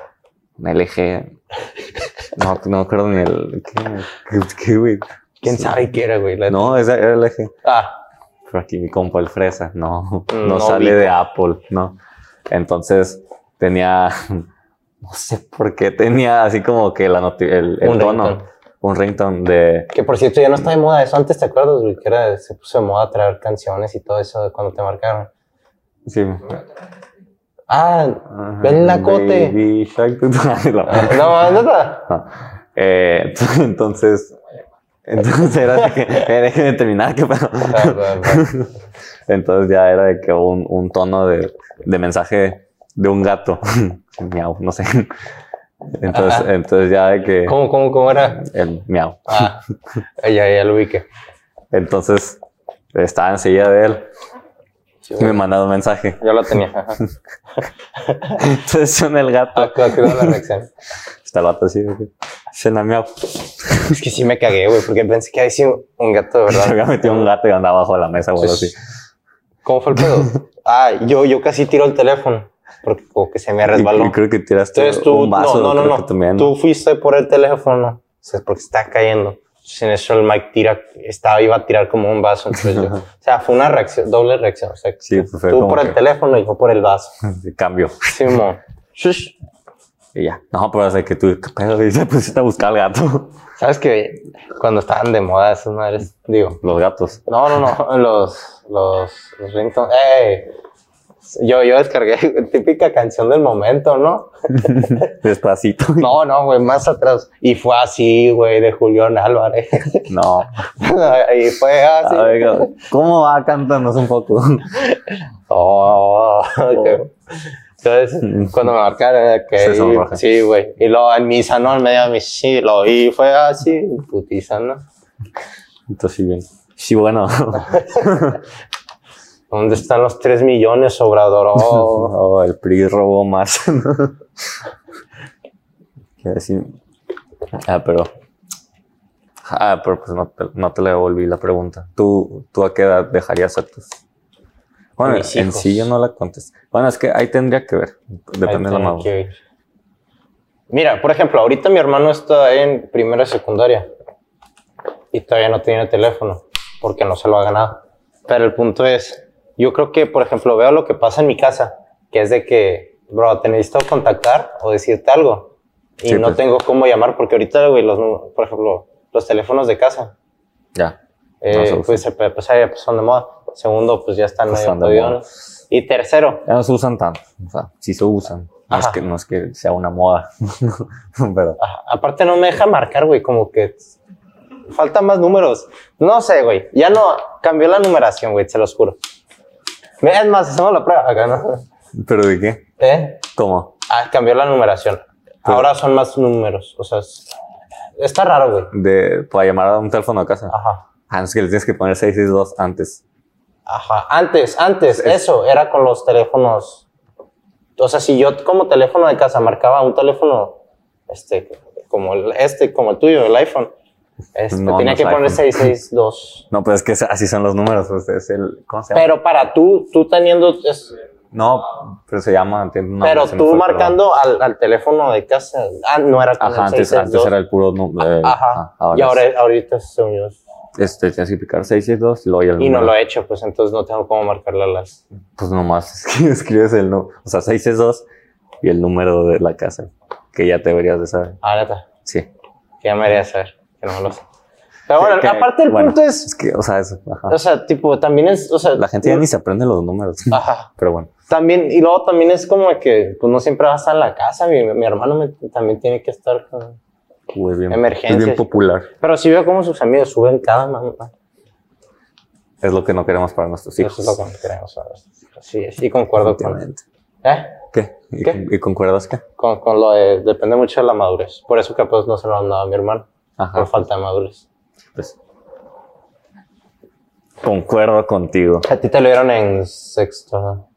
Speaker 1: un
Speaker 2: *laughs*
Speaker 1: LG. No, no me acuerdo ni el. ¿Qué, qué- qué, güey?
Speaker 2: ¿Quién sabe qué era, güey? La-
Speaker 1: No, ese era el LG.
Speaker 2: Ah,
Speaker 1: Pero aquí mi compa el fresa, no, no,
Speaker 2: Mm, No
Speaker 1: sale
Speaker 2: ubica.
Speaker 1: de Apple, no. Entonces tenía, *laughs* no sé por qué, tenía así como que la noti- el, el
Speaker 2: Un
Speaker 1: tono,
Speaker 2: ringtone.
Speaker 1: un ringtone de,
Speaker 2: que por cierto ya no está de moda eso. Antes te acuerdas, güey, que era, se puso de moda traer canciones y todo eso cuando te marcaron.
Speaker 1: sí.
Speaker 2: Ah, Ven la cote.
Speaker 1: Baby Shark, *laughs* tú- tú- la-
Speaker 2: no,
Speaker 1: *laughs*
Speaker 2: no, no.
Speaker 1: no. Eh, *laughs* ent- entonces, entonces era de que, eh, déjenme terminar, qué
Speaker 2: *laughs*
Speaker 1: pedo.
Speaker 2: Ah, bueno, bueno.
Speaker 1: Entonces ya era de que un, un tono de, de mensaje de un gato. *laughs* miau, no sé. Entonces,
Speaker 2: Ajá.
Speaker 1: entonces ya de que
Speaker 2: ¿Cómo, cómo, cómo era?
Speaker 1: el miau.
Speaker 2: Ah, ya, ya lo ubiqué.
Speaker 1: Entonces estaba enseguida de él y me mandaba un mensaje.
Speaker 2: Yo lo tenía. ajá.
Speaker 1: Entonces suena el gato.
Speaker 2: Ah, claro, que no la reacción.
Speaker 1: Está el vato así de que suena miau.
Speaker 2: Es que sí me cagué, güey, porque pensé que había sido un gato de
Speaker 1: Se *laughs*
Speaker 2: verdad.
Speaker 1: había metido un gato y andaba abajo de la mesa o algo así.
Speaker 2: ¿Cómo fue el pedo? Ah, yo, yo casi tiro el teléfono, porque como que se me resbaló.
Speaker 1: Y, y creo que tiraste
Speaker 2: Entonces tú,
Speaker 1: un vaso.
Speaker 2: no, no,
Speaker 1: creo
Speaker 2: no,
Speaker 1: que
Speaker 2: no.
Speaker 1: también.
Speaker 2: Tú fuiste por el teléfono, o sea, porque está cayendo. Entonces en eso el Mike tira, estaba, iba a tirar como un vaso. Entonces *laughs* yo, o sea, fue una reacción, doble reacción. O sea,
Speaker 1: Sí, pues fue
Speaker 2: tú
Speaker 1: como
Speaker 2: por el
Speaker 1: que-
Speaker 2: teléfono y yo por el vaso.
Speaker 1: *laughs* Cambio.
Speaker 2: *laughs* Simón. Shush.
Speaker 1: Y ya. No, pero hace que tú, ¿qué pedo? Y se pusiste a buscar al gato. *laughs*
Speaker 2: ¿Sabes que Cuando estaban de moda esas madres, digo,
Speaker 1: Los
Speaker 2: *laughs*
Speaker 1: gatos.
Speaker 2: No, no, no, los, los, los ringtones. ¡Ey! Yo, yo descargué *laughs* típica canción del momento, ¿no?
Speaker 1: Despacito. *laughs*
Speaker 2: No, no, güey, más atrás. Y fue así, güey, de Julián Álvarez. *laughs*
Speaker 1: No.
Speaker 2: y fue así.
Speaker 1: A ver, ¿cómo va? Cántanos un poco.
Speaker 2: *laughs*
Speaker 1: *laughs*
Speaker 2: Oh, ok. Entonces, cuando me marcaron, era
Speaker 1: Se
Speaker 2: que
Speaker 1: sonroja.
Speaker 2: sí, güey. Y luego en misa, ¿no? En medio de misa, sí, lo y fue así, putiza, ¿no?
Speaker 1: Entonces, sí, bien. Sí, bueno.
Speaker 2: ¿Dónde están los tres millones, Obrador?
Speaker 1: *laughs*
Speaker 2: Oh,
Speaker 1: Oh, el PRI robó más. *laughs* Quiero decir. Ah, pero. Ah, pero pues no te, no te le devolví la pregunta. ¿Tú, ¿Tú a qué edad dejarías a tus.? Bueno,
Speaker 2: Mis
Speaker 1: en sí yo
Speaker 2: hijos.
Speaker 1: no la contesto. Bueno, es que ahí tendría que ver. Depende
Speaker 2: Ahí
Speaker 1: de la
Speaker 2: tiene
Speaker 1: mamá.
Speaker 2: que ir. Mira, por ejemplo, ahorita mi hermano está en primera secundaria y todavía no tiene teléfono porque no se lo ha ganado. Pero el punto es, yo creo que, por ejemplo, veo lo que pasa en mi casa, que es de que, bro, te necesito contactar o decirte algo y
Speaker 1: Sí,
Speaker 2: no
Speaker 1: pues.
Speaker 2: tengo cómo llamar porque ahorita, güey, los, nu- por ejemplo, los teléfonos de casa,
Speaker 1: Ya.
Speaker 2: eh,
Speaker 1: No se usan.
Speaker 2: pues, se- pues, eh, pues, son de moda. Segundo, pues ya están
Speaker 1: Pues,
Speaker 2: medio
Speaker 1: son de moda.
Speaker 2: jodidones. Y tercero,
Speaker 1: Ya no se usan tanto. O sea, sí se usan. No es,
Speaker 2: Ajá.
Speaker 1: que, no es que sea una moda. *laughs* pero.
Speaker 2: Ajá, Aparte no me deja marcar, güey, como que faltan más números. No sé, güey. Ya no cambió la numeración, güey, se los juro. Ve, Es más, hacemos la prueba acá, ¿no?
Speaker 1: ¿Pero de qué?
Speaker 2: ¿Eh?
Speaker 1: ¿Cómo?
Speaker 2: Ah, cambió la numeración. Ahora son más números. O sea, es- está raro, güey.
Speaker 1: de para llamar a un teléfono a casa.
Speaker 2: Ajá.
Speaker 1: Ah, no, es que le tienes que poner 662 antes.
Speaker 2: Ajá. Antes, antes, eso era con los teléfonos. O sea, si yo como teléfono de casa marcaba un teléfono, este, como el, este, como el tuyo, el iPhone, este,
Speaker 1: No,
Speaker 2: tenía
Speaker 1: no
Speaker 2: que
Speaker 1: es
Speaker 2: poner
Speaker 1: iPhone.
Speaker 2: 662.
Speaker 1: No, pues es que así son los números. pues, es el, ¿Cómo se llama?
Speaker 2: Pero para tú, tú teniendo, es-
Speaker 1: no, pero se llama. tiene un nombre,
Speaker 2: pero
Speaker 1: se me
Speaker 2: tú
Speaker 1: fue,
Speaker 2: marcando al, al teléfono de casa, ah, no era
Speaker 1: perdón.
Speaker 2: con
Speaker 1: Ajá,
Speaker 2: el
Speaker 1: antes, antes
Speaker 2: 662.
Speaker 1: era el ah, puro eh, número.
Speaker 2: Ah, Ajá. y ahora, ahorita se unió.
Speaker 1: Este, tienes que picar 662 y luego ya el
Speaker 2: Y no
Speaker 1: número.
Speaker 2: lo he hecho, pues entonces no tengo cómo marcarle a las.
Speaker 1: Pues nomás *laughs* es que escribes el número. O sea, 662 y el número de la casa. Que ya te deberías de saber.
Speaker 2: Ah, neta,
Speaker 1: Sí.
Speaker 2: que ya me haría saber, que no me lo sé. Pero bueno,
Speaker 1: Que- que-
Speaker 2: aparte el
Speaker 1: bueno,
Speaker 2: punto es,
Speaker 1: que, o sea, eso. ajá.
Speaker 2: o sea, tipo, también es, o sea.
Speaker 1: La gente ya ni se aprende los números.
Speaker 2: Ajá.
Speaker 1: *laughs* Pero bueno.
Speaker 2: También, y luego también es como que pues, no siempre va a estar en la casa. Mi, mi hermano me- también tiene que estar con.
Speaker 1: Uy, es bien,
Speaker 2: Emergencias.
Speaker 1: Es bien popular.
Speaker 2: Pero sí veo cómo sus amigos suben cada mamá.
Speaker 1: Es lo que no queremos para nuestros hijos.
Speaker 2: Eso es lo que queremos. ¿sabes? Así es. Y concuerdo con.
Speaker 1: Definitivamente.
Speaker 2: ¿Eh?
Speaker 1: ¿Qué? ¿Y,
Speaker 2: ¿Qué?
Speaker 1: con- y concuerdas qué?
Speaker 2: Con, con lo de. Depende mucho de la madurez. Por eso capaz no se lo han dado a mi hermano.
Speaker 1: Ajá.
Speaker 2: Por falta de madurez.
Speaker 1: Pues. Concuerdo contigo.
Speaker 2: A ti te lo dieron en sexto. ¿no?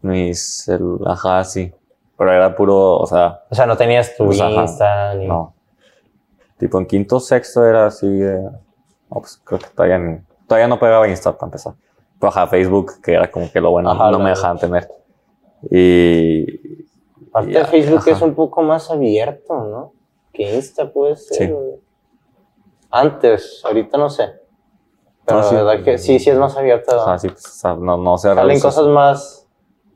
Speaker 1: Mis, el, ajá, sí. Pero era puro, o sea,
Speaker 2: O sea, no tenías tu
Speaker 1: Pues, ajá.
Speaker 2: Insta ni.
Speaker 1: no. Tipo en quinto, sexto era así de. No, pues creo que todavía, ni- todavía no pegaba Insta para empezar. Pero ajá, Facebook, que era como que lo bueno,
Speaker 2: Ajá,
Speaker 1: no
Speaker 2: la
Speaker 1: me
Speaker 2: verdad.
Speaker 1: dejaban tener. Y.
Speaker 2: Aparte,
Speaker 1: Ya,
Speaker 2: Facebook
Speaker 1: ajá.
Speaker 2: es un poco más abierto, ¿no? Que Insta puede ser.
Speaker 1: Sí.
Speaker 2: güey. Antes, ahorita no sé. Pero
Speaker 1: No, sí.
Speaker 2: la verdad que Ah, sí, sí es más abierto. ¿no?
Speaker 1: Ajá, sí, pues, o sea, no, no se
Speaker 2: Salen
Speaker 1: reduce,
Speaker 2: cosas más.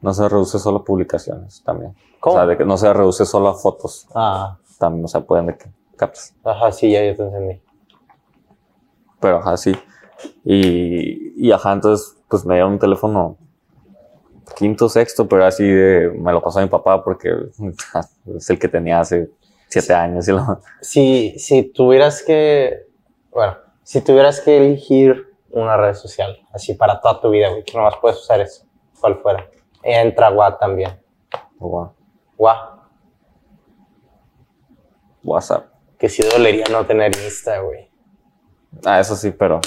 Speaker 1: no se reduce solo a publicaciones también.
Speaker 2: ¿Cómo?
Speaker 1: O sea, de que no se reduce solo a fotos.
Speaker 2: Ah,
Speaker 1: También, o sea, pueden de que captas.
Speaker 2: ajá, sí, ya, ya te entendí.
Speaker 1: Pero ajá, sí. Y, y ajá, entonces, pues me dieron un teléfono quinto, sexto, pero así de, me lo pasó a mi papá porque *laughs* es el que tenía hace siete años y lo-
Speaker 2: Si, si tuvieras que. Bueno, si tuvieras que elegir una red social, así para toda tu vida, güey, que nomás puedes usar eso, cual fuera. Entra WA también.
Speaker 1: Gua-
Speaker 2: WA,
Speaker 1: WhatsApp.
Speaker 2: que sí dolería no tener Insta, güey.
Speaker 1: Ah, eso sí, pero.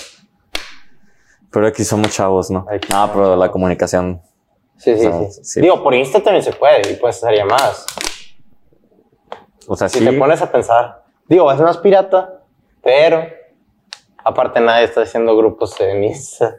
Speaker 1: Pero aquí somos chavos, ¿no?
Speaker 2: Aquí
Speaker 1: Ah,
Speaker 2: somos
Speaker 1: pero la comunicación.
Speaker 2: Sí, sí,
Speaker 1: O sea,
Speaker 2: sí,
Speaker 1: sí.
Speaker 2: Digo, por Insta también se puede y puedes hacer llamadas.
Speaker 1: O sea,
Speaker 2: Si
Speaker 1: ¿Ah, sí.
Speaker 2: te pones a pensar, digo, es más pirata, pero aparte nadie está haciendo grupos en Insta.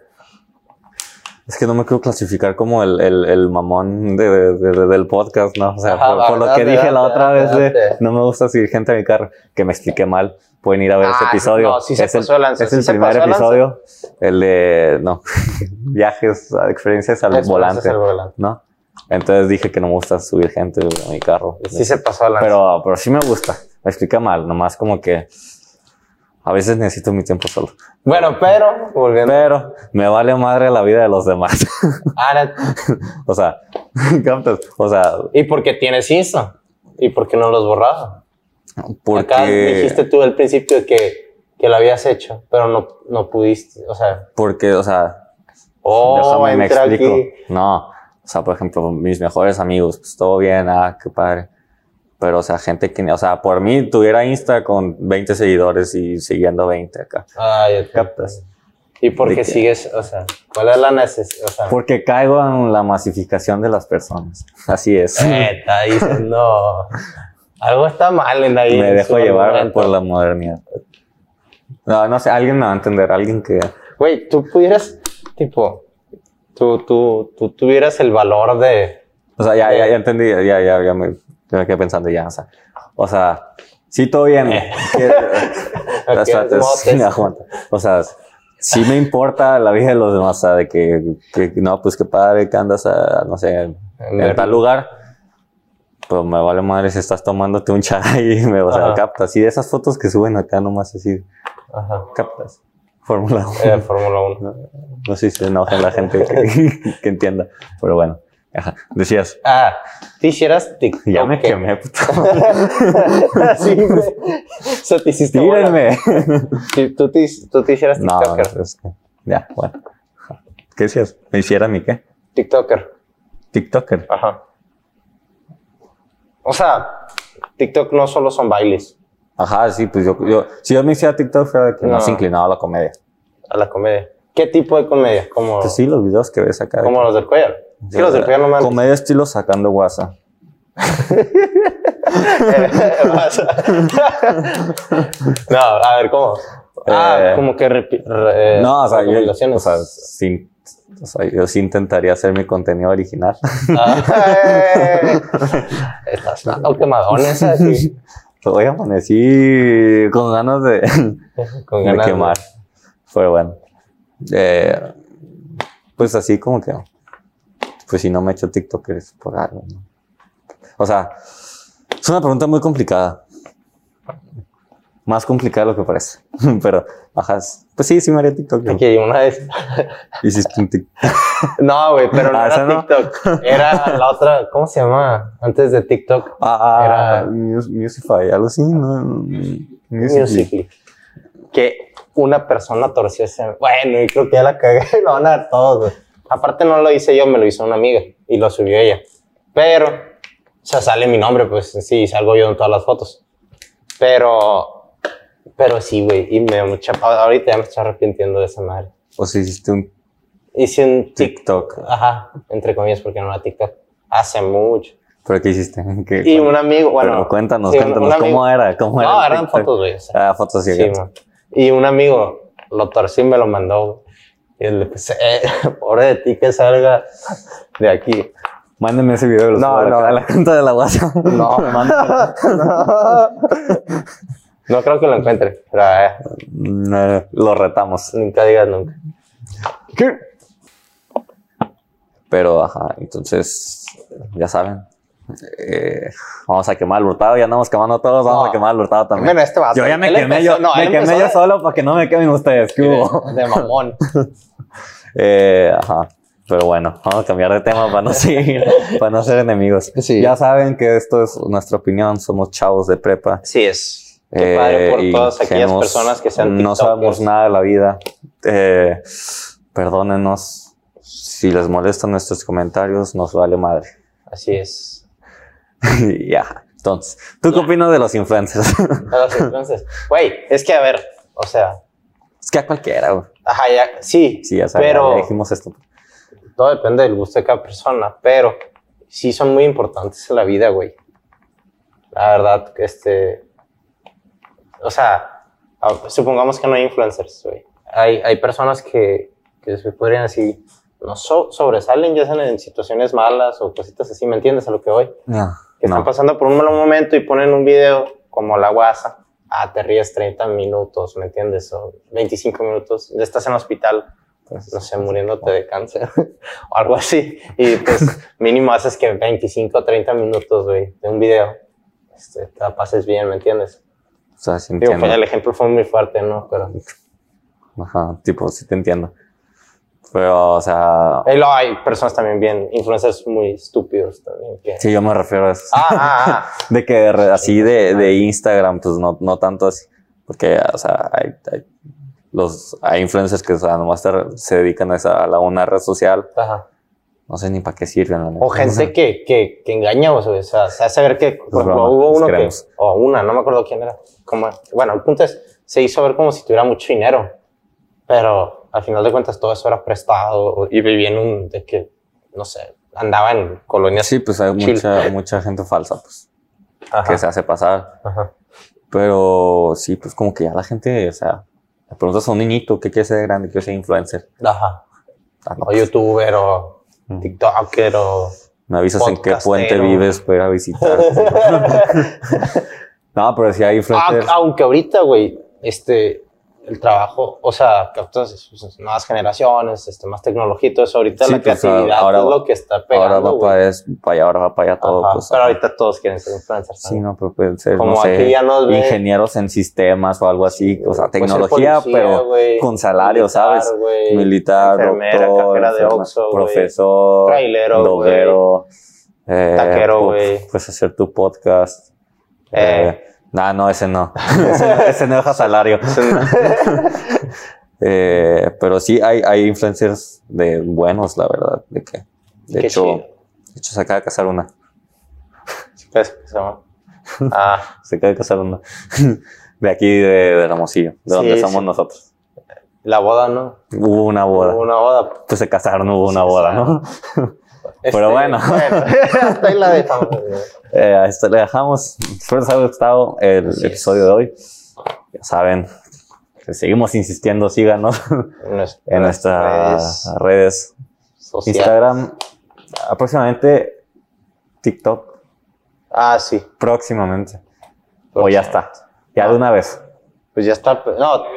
Speaker 1: Es que no me quiero clasificar como el, el, el mamón de, de- de- del podcast, ¿no? O sea,
Speaker 2: Ajá,
Speaker 1: por, por lo
Speaker 2: date,
Speaker 1: que dije la
Speaker 2: date,
Speaker 1: otra vez
Speaker 2: date,
Speaker 1: de
Speaker 2: date.
Speaker 1: no me gusta seguir gente a mi carro, que me expliqué mal. Pueden ir a ver ese
Speaker 2: Ah,
Speaker 1: episodio.
Speaker 2: no, sí se
Speaker 1: es el,
Speaker 2: pasó de lanza,
Speaker 1: es el
Speaker 2: sí se
Speaker 1: primer
Speaker 2: pasó de lanza.
Speaker 1: episodio, el de, no, *laughs* viajes, experiencias al
Speaker 2: Eso,
Speaker 1: volante,
Speaker 2: ese es el volante.
Speaker 1: ¿no? Entonces dije que no me gusta subir gente a mi carro.
Speaker 2: Sí se pasó la
Speaker 1: pero, pero sí me gusta, me explica mal, nomás como que a veces necesito mi tiempo solo.
Speaker 2: Bueno, pero volviendo.
Speaker 1: Pero me vale madre la vida de los demás.
Speaker 2: Ahora,
Speaker 1: O sea, *laughs* captas, o sea,
Speaker 2: Ah, ¿y por qué tienes Insta? ¿Y por qué no los borrado? Acá dijiste
Speaker 1: porque,
Speaker 2: tú al principio que, que lo habías hecho, pero no, no pudiste. O sea,
Speaker 1: porque, o sea,
Speaker 2: oh,
Speaker 1: déjame me
Speaker 2: entra
Speaker 1: explico.
Speaker 2: aquí.
Speaker 1: No, o sea, por ejemplo, mis mejores amigos, pues todo bien, ah, qué padre. Pero, o sea, gente que, o sea, por mí tuviera Insta con 20 seguidores y siguiendo 20 acá.
Speaker 2: Ah, ya te-
Speaker 1: Captas.
Speaker 2: ¿Y por
Speaker 1: ¿De
Speaker 2: qué
Speaker 1: qué?
Speaker 2: sigues? O sea, ¿cuál es la necesidad? O sea,
Speaker 1: Porque caigo en la masificación de las personas. Así
Speaker 2: *laughs*
Speaker 1: es.
Speaker 2: Eh, está diciendo. Algo está mal en ahí.
Speaker 1: me
Speaker 2: en
Speaker 1: dejo
Speaker 2: su
Speaker 1: llevar
Speaker 2: argumento.
Speaker 1: por la modernidad. No, no sé, alguien me va a entender, alguien que...
Speaker 2: Güey, tú pudieras, tipo, tú, tú, tú tuvieras el valor de.
Speaker 1: O sea, ya, ya, ya entendí, ya, ya, ya me, ya me quedé pensando ya, o sea, o sea, sí, todo bien. que-
Speaker 2: Eh. *laughs* Ok,
Speaker 1: espérate,
Speaker 2: motes.
Speaker 1: sí, no, aguanta. O sea, sí me importa la vida de los demás, o sea, de que, que no, pues qué padre que andas a, no sé, en,
Speaker 2: ver-
Speaker 1: tal lugar. Pues me vale madre si estás tomándote un chai y *laughs* me vas a
Speaker 2: Ajá.
Speaker 1: captas. Y de esas fotos que suben acá nomás así,
Speaker 2: Ajá.
Speaker 1: captas. Fórmula 1. *laughs*
Speaker 2: Eh, Fórmula 1.
Speaker 1: No, no sé si se enoja la gente que, *laughs* que entienda, pero bueno. Ajá. Decías,
Speaker 2: Ah, te hicieras TikTok.
Speaker 1: ya me
Speaker 2: ¿qué?
Speaker 1: quemé, puta.
Speaker 2: *laughs* sí, güey. O sea, te hiciste. bola.
Speaker 1: Tírenme.
Speaker 2: Sí, Tú te, tú te hicieras
Speaker 1: No,
Speaker 2: TikToker.
Speaker 1: es que- ya, bueno. ¿Qué decías? ¿Me hiciera mi qué?
Speaker 2: TikToker.
Speaker 1: TikToker.
Speaker 2: Ajá. O sea, TikTok no solo son bailes
Speaker 1: Ajá, sí, pues yo, yo si yo me hiciera TikTok fuera de que más
Speaker 2: No.
Speaker 1: inclinado a la comedia.
Speaker 2: a la comedia. ¿Qué tipo de comedia? Como,
Speaker 1: Pues sí, los videos que ves acá. de-
Speaker 2: como los del cuello. Sí, los del cuello no me han-
Speaker 1: Comedia estilo sacando guasa.
Speaker 2: *laughs*
Speaker 1: *laughs*
Speaker 2: no, a ver, ¿cómo? Ah,
Speaker 1: Eh,
Speaker 2: como que repi- re- eh,
Speaker 1: no, o sea, yo,
Speaker 2: recomendaciones.
Speaker 1: o sea, sí, o sea, yo sí intentaría hacer mi contenido original. *laughs*
Speaker 2: Ah, *laughs* Estás dando quemadones así.
Speaker 1: Hoy amanecí con ganas de,
Speaker 2: Con
Speaker 1: de
Speaker 2: ganas de-
Speaker 1: quemar. Fue bueno. Eh, pues así como que, pues si no me he hecho TikTok es por algo. ¿no? O sea, es una pregunta muy complicada. más complicado de lo que parece. *laughs* Pero, bajas. Pues sí, sí me haría TikTok. yo.
Speaker 2: Aquí una vez. *laughs*
Speaker 1: Hiciste un TikTok.
Speaker 2: No, güey, pero no
Speaker 1: Ah,
Speaker 2: era
Speaker 1: esa no.
Speaker 2: TikTok. Era la otra, ¿cómo se llama? Antes de TikTok.
Speaker 1: Ah,
Speaker 2: Era-
Speaker 1: Mus- Musify, algo así, ¿no? Musically.
Speaker 2: Musical.ly. Que una persona torció ese. Bueno, y creo que ya la cagué. *laughs* Lo van a ver todos, güey. Aparte, no lo hice yo, me lo hizo una amiga y lo subió ella. Pero, o sea, sale mi nombre, pues sí, salgo yo en todas las fotos. Pero, pero sí, güey. Y me dio mucha. Ahorita ya me estoy arrepintiendo de esa madre.
Speaker 1: O si hiciste un
Speaker 2: Hice un TikTok.
Speaker 1: TikTok.
Speaker 2: Ajá, entre comillas, porque no era TikTok. Hace mucho.
Speaker 1: ¿Pero qué hiciste? *laughs* ¿Qué-
Speaker 2: Y un amigo, bueno.
Speaker 1: Pero cuéntanos,
Speaker 2: sí, un-
Speaker 1: cuéntanos,
Speaker 2: un amigo-
Speaker 1: ¿cómo era? ¿Cómo era
Speaker 2: No,
Speaker 1: el
Speaker 2: eran
Speaker 1: TikTok?
Speaker 2: fotos, güey. o sea,
Speaker 1: Ah, fotos, sí.
Speaker 2: sí,
Speaker 1: ok.
Speaker 2: man. Y un amigo lo torcí y me lo mandó. Y le puse, eh, *laughs* pobre de ti que salga de aquí.
Speaker 1: Mándame ese video. de los-
Speaker 2: No,
Speaker 1: a la-
Speaker 2: no.
Speaker 1: A la cuenta de la WhatsApp.
Speaker 2: *laughs* No.
Speaker 1: Mándame.
Speaker 2: No creo que lo encuentre, pero eh,
Speaker 1: *laughs* No, lo retamos.
Speaker 2: nunca digas nunca.
Speaker 1: Pero, ajá, entonces, ya saben. Eh, vamos a quemar al hurtado, ya andamos quemando a todos, vamos
Speaker 2: No.
Speaker 1: a quemar al hurtado también.
Speaker 2: Bueno, este vato,
Speaker 1: yo ya me
Speaker 2: él
Speaker 1: quemé,
Speaker 2: empezó-
Speaker 1: yo,
Speaker 2: no,
Speaker 1: me
Speaker 2: él
Speaker 1: quemé
Speaker 2: empezó
Speaker 1: yo
Speaker 2: de-
Speaker 1: solo para que no me quemen ustedes. ¿Qué hubo?
Speaker 2: *laughs* De mamón.
Speaker 1: Eh, ajá. Pero bueno, vamos a cambiar de tema para no
Speaker 2: *laughs*
Speaker 1: seguir, para no ser enemigos.
Speaker 2: Sí.
Speaker 1: Ya saben que esto es nuestra opinión, somos chavos de prepa.
Speaker 2: Sí es. Qué padre
Speaker 1: Eh,
Speaker 2: por
Speaker 1: y
Speaker 2: todas aquellas
Speaker 1: tenemos-
Speaker 2: personas que sean
Speaker 1: No sabemos
Speaker 2: tiktokers.
Speaker 1: nada de la vida. Eh, perdónenos si les molestan nuestros comentarios, nos vale madre. *laughs*
Speaker 2: Así es.
Speaker 1: Y ya. Entonces, ¿tú qué opinas de los influencers? *laughs*
Speaker 2: Entonces, güey, es que a ver, o sea,
Speaker 1: es que a cualquiera, güey.
Speaker 2: ajá, ya, sí,
Speaker 1: Sí, ya sabes,
Speaker 2: pero
Speaker 1: ya dijimos esto.
Speaker 2: todo depende del gusto de cada persona, pero sí son muy importantes en la vida, güey. La verdad, que este. O sea, a- supongamos que no hay influencers, güey. Hay, hay personas que, que se podrían decir, no so- sobresalen, ya sean en situaciones malas o cositas así, ¿me entiendes a lo que voy?
Speaker 1: No,
Speaker 2: que
Speaker 1: no.
Speaker 2: están pasando por un mal momento y ponen un video como la guasa, ah, te ríes 30 minutos, ¿me entiendes? O 25 minutos, ya estás en el hospital, pues, no sé, muriéndote de cáncer *laughs* o algo así,
Speaker 1: *laughs*
Speaker 2: y pues mínimo haces que 25 o 30 minutos, güey, de un video, este, te la pases bien, ¿me entiendes?
Speaker 1: O sea, sí
Speaker 2: Digo,
Speaker 1: entiendo.
Speaker 2: pues, el ejemplo fue muy fuerte, ¿no? Pero,
Speaker 1: Ajá, tipo, sí te entiendo. Pero, o sea,
Speaker 2: y luego hay personas también bien, influencers muy estúpidos también. que-
Speaker 1: sí, yo me refiero a eso.
Speaker 2: Ah, ah, ah,
Speaker 1: De que re- así de, de Instagram, pues no, no tanto así. Porque, o sea, hay, hay- los, hay influencers que o sea, nomás te re- se dedican a, esa, a la una red social.
Speaker 2: ah, ajá.
Speaker 1: No sé ni para qué sirven. la neta.
Speaker 2: O
Speaker 1: *laughs*
Speaker 2: gente que, que, que engaña, o sea, se hace ver que, por
Speaker 1: Los
Speaker 2: ejemplo,
Speaker 1: Pues vamos,
Speaker 2: hubo
Speaker 1: los
Speaker 2: uno que,
Speaker 1: queremos.
Speaker 2: o una, no me acuerdo quién era. Como, bueno, el punto es, se hizo ver como si tuviera mucho dinero, pero al final de cuentas todo eso era prestado o- y vivía en un, de que, no sé, andaba en colonias.
Speaker 1: Sí, pues hay
Speaker 2: Chile.
Speaker 1: mucha, mucha gente falsa, pues,
Speaker 2: ajá,
Speaker 1: que se hace pasar.
Speaker 2: ajá.
Speaker 1: Pero sí, pues como que ya la gente, o sea, le preguntas a un niñito que quiere ser de grande, que quiere ser influencer.
Speaker 2: ajá.
Speaker 1: Ah, no,
Speaker 2: O youtuber, o
Speaker 1: Mm.
Speaker 2: tiktoker, o...
Speaker 1: Me avisas en qué puente
Speaker 2: Podcastero.
Speaker 1: vives para ir
Speaker 2: *laughs*
Speaker 1: a visitar. *laughs* no, pero si hay
Speaker 2: Ah,
Speaker 1: influencers.
Speaker 2: aunque ahorita, güey, este, el trabajo, o sea, captas pues, nuevas generaciones, este, más tecnología y todo eso. Ahorita
Speaker 1: Sí,
Speaker 2: la
Speaker 1: pues,
Speaker 2: creatividad
Speaker 1: ahora
Speaker 2: es
Speaker 1: va-
Speaker 2: lo que está
Speaker 1: Ahora
Speaker 2: pegando,
Speaker 1: va
Speaker 2: güey.
Speaker 1: para, es- para allá, ahora va para allá todo.
Speaker 2: Ajá,
Speaker 1: pues,
Speaker 2: pero
Speaker 1: ajá.
Speaker 2: ahorita todos quieren ser influencers.
Speaker 1: Sí,
Speaker 2: ¿no?
Speaker 1: no, pero pueden ser,
Speaker 2: Como
Speaker 1: no sé,
Speaker 2: aquí ya nos ve-
Speaker 1: ingenieros en sistemas o algo así, o sea,
Speaker 2: Puede ser
Speaker 1: tecnología,
Speaker 2: policía,
Speaker 1: pero
Speaker 2: güey,
Speaker 1: con salario,
Speaker 2: militar,
Speaker 1: ¿sabes?
Speaker 2: güey,
Speaker 1: Militar,
Speaker 2: enfermera,
Speaker 1: doctor,
Speaker 2: cajera de
Speaker 1: enferma-
Speaker 2: Oxxo, güey,
Speaker 1: profesor,
Speaker 2: trailero,
Speaker 1: doblero, eh,
Speaker 2: Taquero,
Speaker 1: pu-
Speaker 2: güey.
Speaker 1: Puedes hacer tu podcast.
Speaker 2: Eh.
Speaker 1: Eh, nah, no, ese no. *laughs* ese no, ese no deja salario. *laughs* Eh, pero sí hay, hay influencers de buenos, la verdad, de que de
Speaker 2: Qué
Speaker 1: hecho,
Speaker 2: chido.
Speaker 1: de hecho se acaba de casar una.
Speaker 2: Pues,
Speaker 1: *laughs*
Speaker 2: pues, no. Ah,
Speaker 1: Se acaba de casar una. *laughs* De aquí, de, de Hermosillo, de
Speaker 2: Sí,
Speaker 1: donde
Speaker 2: sí.
Speaker 1: somos nosotros.
Speaker 2: la boda, ¿no?
Speaker 1: Hubo una boda.
Speaker 2: Hubo Una boda.
Speaker 1: Pues se casaron, hubo una
Speaker 2: Se
Speaker 1: boda, ¿no? Pero *laughs* bueno.
Speaker 2: hasta ahí la dejamos. güey.
Speaker 1: Eh, a esto le dejamos. Espero les haya gustado el
Speaker 2: Así es.
Speaker 1: episodio de hoy. Ya saben, que seguimos insistiendo, síganos *laughs*
Speaker 2: En nuestras
Speaker 1: en nuestras
Speaker 2: redes
Speaker 1: redes.
Speaker 2: sociales.
Speaker 1: Instagram, próximamente TikTok,
Speaker 2: Ah, sí.
Speaker 1: próximamente. O ya está. Ya de una vez.
Speaker 2: Pues ya está. pues, No, yo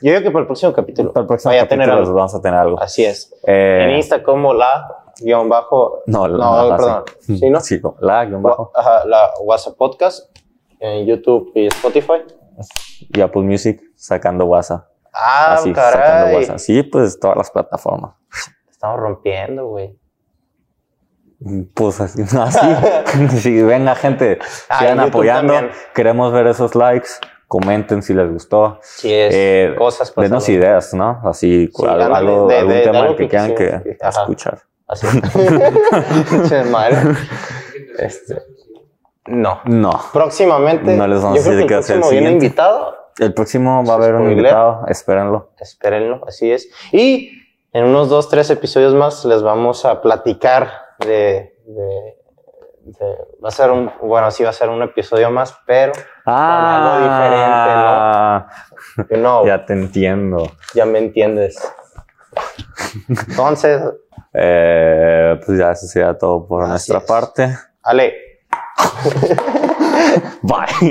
Speaker 2: digo que para el próximo capítulo.
Speaker 1: Para el próximo
Speaker 2: vaya a
Speaker 1: capítulo
Speaker 2: tener
Speaker 1: les
Speaker 2: algo.
Speaker 1: vamos a tener algo.
Speaker 2: Así es.
Speaker 1: Eh,
Speaker 2: en Insta como la guión bajo.
Speaker 1: No, la-
Speaker 2: no,
Speaker 1: la-
Speaker 2: perdón.
Speaker 1: sí.
Speaker 2: Sí, ¿no?
Speaker 1: Sí, como la guión
Speaker 2: Gua-
Speaker 1: bajo.
Speaker 2: ajá, la WhatsApp Podcast en YouTube y Spotify.
Speaker 1: y Apple Music sacando WhatsApp.
Speaker 2: Ah,
Speaker 1: así, sacando
Speaker 2: caray.
Speaker 1: WhatsApp. Sí, pues todas las plataformas.
Speaker 2: Estamos rompiendo, güey.
Speaker 1: Pues así, *laughs* no,
Speaker 2: *laughs*
Speaker 1: así. si ven la gente,
Speaker 2: Ah,
Speaker 1: sigan
Speaker 2: en YouTube
Speaker 1: apoyando.
Speaker 2: también.
Speaker 1: Queremos ver esos likes. Comenten si les gustó.
Speaker 2: Sí, es
Speaker 1: Eh,
Speaker 2: cosas pues,
Speaker 1: Denos
Speaker 2: algo.
Speaker 1: ideas, ¿no? Así, cu-
Speaker 2: ándale,
Speaker 1: algo,
Speaker 2: de-
Speaker 1: algún
Speaker 2: de- de
Speaker 1: tema
Speaker 2: algo
Speaker 1: que
Speaker 2: que
Speaker 1: quieran que
Speaker 2: quisieras que- ajá.
Speaker 1: escuchar. *laughs*
Speaker 2: Así. Che, madre. Este, no.
Speaker 1: No.
Speaker 2: Próximamente.
Speaker 1: No les vamos
Speaker 2: yo
Speaker 1: a
Speaker 2: creo
Speaker 1: decir
Speaker 2: que el
Speaker 1: qué hacer el
Speaker 2: próximo viene
Speaker 1: siguiente.
Speaker 2: invitado.
Speaker 1: El próximo va a
Speaker 2: Se
Speaker 1: haber un
Speaker 2: spoilea.
Speaker 1: invitado, espérenlo.
Speaker 2: Espérenlo, así es. Y en unos dos, tres episodios más les vamos a platicar de. de- de- va a ser un. Bueno, sí, va a ser un episodio más, pero.
Speaker 1: Ah,
Speaker 2: you know, ya.
Speaker 1: *laughs* ya te entiendo.
Speaker 2: me entiendes. Entonces,
Speaker 1: Eh, pues ya eso sería todo por
Speaker 2: Así
Speaker 1: nuestra
Speaker 2: es.
Speaker 1: parte.
Speaker 2: Ale.
Speaker 1: Bye.